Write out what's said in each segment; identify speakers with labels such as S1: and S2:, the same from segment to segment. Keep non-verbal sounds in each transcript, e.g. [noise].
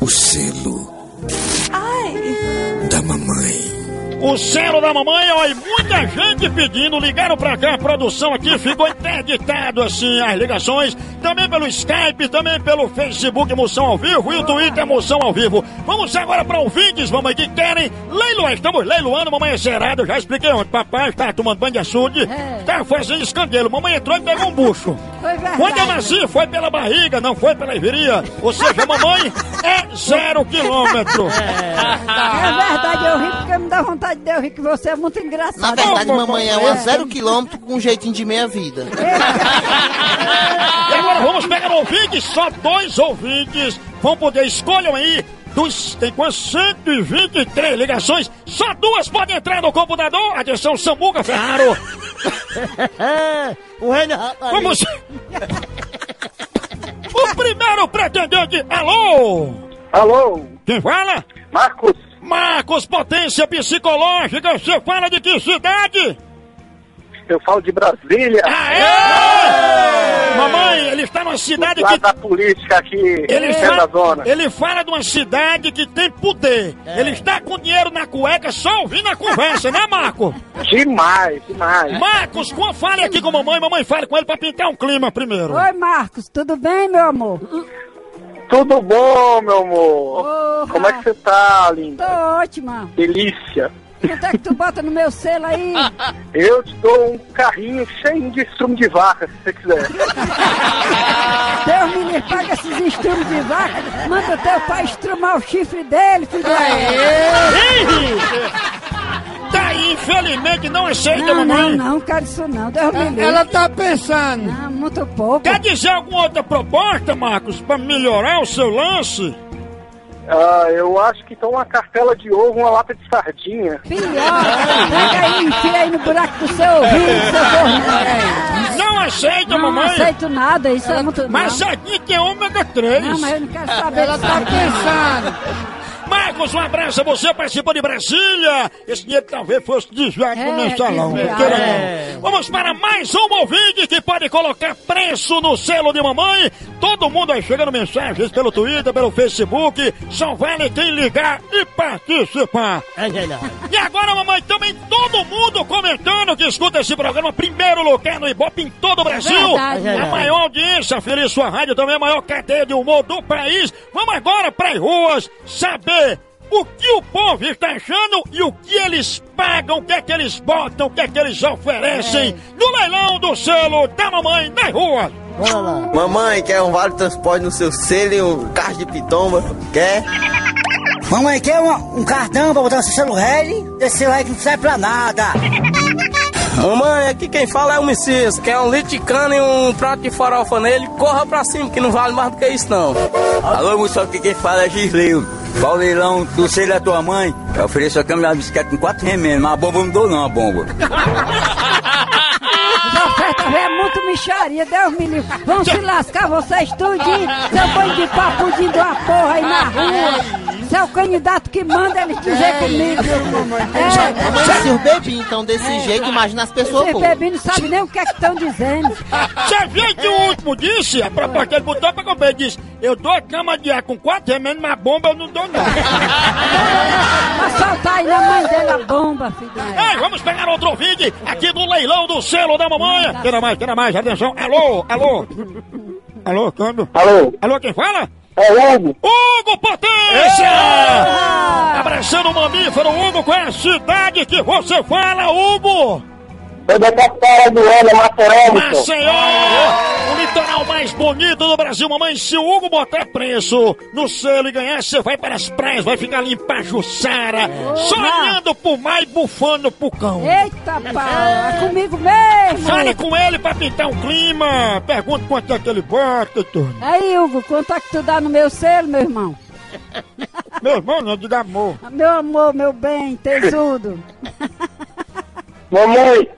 S1: o selo da mamãe.
S2: O selo da mamãe, ó, e muita gente pedindo, ligaram pra cá, a produção aqui ficou interditado assim as ligações, também pelo Skype, também pelo Facebook Emoção ao Vivo e o Twitter Emoção ao Vivo. Vamos agora pra ouvintes, mamãe, que querem leiloar. Estamos leiloando, mamãe é cerada, eu já expliquei ontem. Papai está tomando banho de açude,
S3: É.
S2: tá fazendo escândalo. Mamãe entrou e pegou um bucho.
S3: Foi verdade.
S2: Quando eu nasci, foi pela barriga, não foi pela iveria. Ou seja, mamãe é zero quilômetro.
S3: É verdade, eu ri porque me dá vontade de eu rir, que você é muito engraçado.
S4: Na verdade,
S2: Não,
S4: mamãe é uma zero quilômetro com um jeitinho de meia vida.
S3: É.
S2: E agora vamos pegar ouvintes, só dois ouvintes vão poder, escolham aí, dos, tem quase 123 ligações, só duas podem entrar no computador, atenção, Samuca Ferraro,
S5: O rei do rapaz.
S2: vamos... o primeiro pretendente, alô,
S6: Alô,
S2: quem fala?
S6: Marcos,
S2: Marcos Potência Psicológica, você fala de que cidade?
S6: eu falo de Brasília,
S2: Aê! Mamãe, ele está numa cidade
S6: lá
S2: que
S6: da política aqui,
S2: Ele
S6: dentro da
S2: fala,
S6: zona.
S2: É. ele fala de uma cidade que tem poder.
S3: É.
S2: Ele está com dinheiro na cueca só ouvindo a conversa, né,
S3: [laughs]
S2: Marco?
S6: Demais, demais.
S2: Marcos, com fale aqui com mamãe. Mamãe, fale com ele pra pintar um clima primeiro.
S3: Oi, Marcos, tudo bem, meu amor?
S6: Tudo bom, meu amor?
S3: Porra.
S6: Como é que você tá, linda?
S3: Tô ótima.
S6: Delícia.
S3: Quanto é que tu bota no meu selo aí?
S6: Eu te dou um carrinho cheio de estrume de vaca, se você
S2: [laughs]
S6: quiser.
S3: Deus me livre, paga esses estrumos de vaca, manda teu pai estrumar o chifre dele, filho.
S2: Ih! Daí, Tá infelizmente, não aceita,
S3: Não, não,
S2: mamãe.
S3: não, quero isso não, Deus me livre.
S5: Ela tá pensando.
S3: Não, muito pouco.
S2: Quer dizer alguma outra proposta, Marcos, pra melhorar o seu lance?
S6: Ah, eu acho que então uma cartela de ovo, uma lata de sardinha.
S3: Pior, pega aí, enfia aí no buraco do seu ouvido, seu corno.
S2: Não aceita,
S3: Não, não
S2: mamãe.
S3: aceito nada, isso é muito
S2: Mas
S3: não.
S2: aqui tem ômega 3.
S3: Não, mas eu não quero saber
S5: Ela
S3: disso
S5: tá
S3: aqui.
S5: pensando.
S2: Marcos, um abraço a você, participou de Brasília. Esse dinheiro talvez fosse desviado
S3: É,
S2: no mensalão.
S3: desviado. É.
S2: não queira não. Vamos para mais um ouvinte que pode colocar preço no selo de mamãe. Todo mundo aí chegando mensagens pelo Twitter, pelo Facebook. Só vale quem ligar e participar.
S5: É verdade.
S2: E agora, mamãe, também todo mundo comentando que escuta esse programa. Primeiro lugar no Ibope em todo o Brasil.
S3: É verdade.
S2: a maior audiência, feliz sua rádio, também a maior cadeia de humor do país. Vamos agora para as ruas saber o que o povo está achando e o que eles pagam, o que é que eles botam, o que é que eles oferecem
S3: É.
S2: no leilão do selo da mamãe nas
S3: [laughs]
S2: ruas.
S5: Bora lá.
S7: Mamãe, quer um vale transporte no seu selo e um carro de pitomba? Quer?
S5: Mamãe, quer uma- um cartão pra botar no seu celular? Esse celular que não serve pra nada.
S7: Mamãe, aqui quem fala é o Messias. Quer um litro de cana e um prato de farofa nele? Corra pra cima, que não vale mais do que isso, não.
S8: Alô, moçada, aqui quem fala é Gisleu. Qual o leilão do seio da é tua mãe? Eu ofereço a câmera da bicicleta com quatro remendos, mas a bomba eu não dou não, a bomba.
S3: Essa oferta é muito micharia, Deus me livre. Vão se lascar vocês tudinho, seu banho de papo de uma porra aí na rua. Seu candidato que manda eles dizer comigo. É,
S4: Se os bebinhos estão então, desse jeito, imagina as pessoas
S3: esse
S4: boas.
S3: bebê não sabe nem o que é que estão dizendo.
S2: Você viu que o último disse? A proposta que ele botou pra comprar. Ele disse: Eu dou a cama de ar com quatro remendos, mas a bomba eu não dou, não.
S3: Mas soltar aí na mãe dele a bomba, filho.
S2: Ei, vamos pegar outro ouvinte aqui do leilão do selo da mamãe. Tira mais, tira mais, atenção. Alô, alô. Alô, câmbio.
S6: Alô,
S2: Alô, quem fala?
S6: é ovo?
S2: Hugo Potência! Abraçando o mamífero, Hugo, qual é a cidade que você fala, Hugo?
S6: É da capital do ano, Macerômico.
S2: Maceió! O litoral mais bonito do Brasil, mamãe. Se o Hugo botar preço no selo e ganhar, você vai para as praias, vai ficar ali em Pajuçara, sonhando pro mar e bufando pro cão.
S3: Eita, pau, é comigo mesmo.
S2: Fale com ele pra pintar um clima. Pergunta quanto é que ele bota e tudo.
S3: Aí, Hugo, quanto é que tu dá no meu selo, meu irmão?
S2: Meu irmão, não diga amor.
S3: Meu amor, meu bem, tesudo.
S6: Mamãe,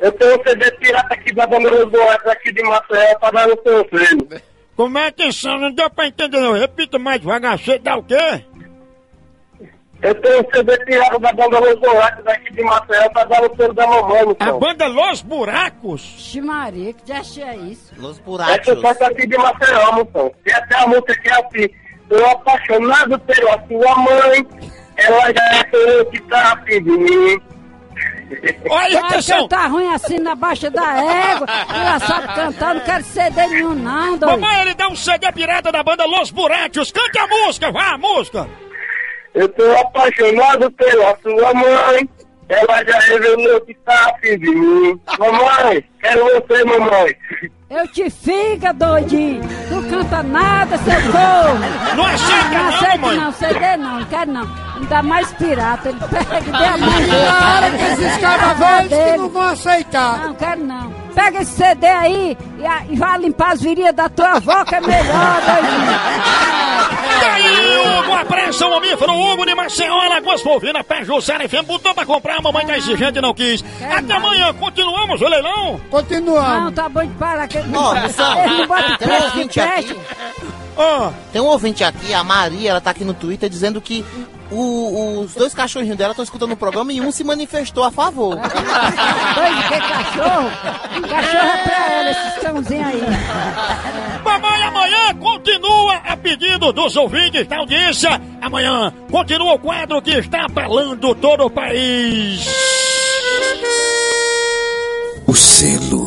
S6: eu tenho um CD pirata aqui da Bandeirantes do Oeste, aqui de tá Maceió, pra dar no seu filho.
S2: Como é que são? Não deu pra entender, não. Repita mais devagar. Você dá o quê?
S6: Eu tenho um CD pirata da Bandeirantes do Oeste, daqui de Maceió, tá pra dar no seu da mamãe,
S2: A
S6: então.
S2: banda Los Buracos.
S3: Ximaria, que diacho é isso?
S4: Los
S6: É
S4: buracos.
S6: sucesso aqui de Maceió, moção. E até a música que é assim. sou apaixonado pela sua mãe. Ela já é querendo que tá afim de mim.
S2: Olha,
S3: Vai
S2: atenção!
S3: cantar ruim assim na baixa da égua. Ela sabe cantar, não quero CD nenhum, não, doido.
S2: Mamãe, ele dá um CD pirata da banda Los Buratios. Cante a música, vá, a música!
S6: Eu sou apaixonado pela sua mãe. Ela já revelou que tá afim de mim. Mamãe, quero você, mamãe.
S3: Eu te fica, doidinho. Tu canta nada, seu corno.
S2: Não aceita não,
S3: aceito
S2: mamãe.
S3: não, CD não, não quero não. Ainda mais pirata. Ele pega e dê a mão na
S1: Para que esses caras que não vão aceitar.
S3: Não, quero não. Pega esse CD aí e, a- e vai limpar as virias da tua avó, que é melhor,
S2: [laughs]
S3: doidinho.
S2: Daí, Tá Hugo, abraça o mamífero, Hugo de Maceió, Alagoas, Polvina, Pajô, Sara FM, botou pra comprar, a mamãe tá exigente e não quis. Até amanhã, continuamos o leilão?
S3: Não,
S1: Continuamos.
S3: tá bom de parar. Que...
S4: Ó, moção,
S3: Ele não bota
S4: tem um
S3: preço que
S4: ouvinte aqui.
S3: preste.
S2: Ah,
S4: Tem um ouvinte aqui, a Maria, ela tá aqui no Twitter dizendo que o- os dois cachorrinhos dela estão escutando o programa e um se manifestou a favor.
S3: Doido que é cachorro. Cachorro é pra ela, esses cãozinhos aí.
S2: mamãe, amanhã continua a pedido dos ouvintes da audiência. Amanhã continua o quadro que está abalando todo o país.
S9: O selo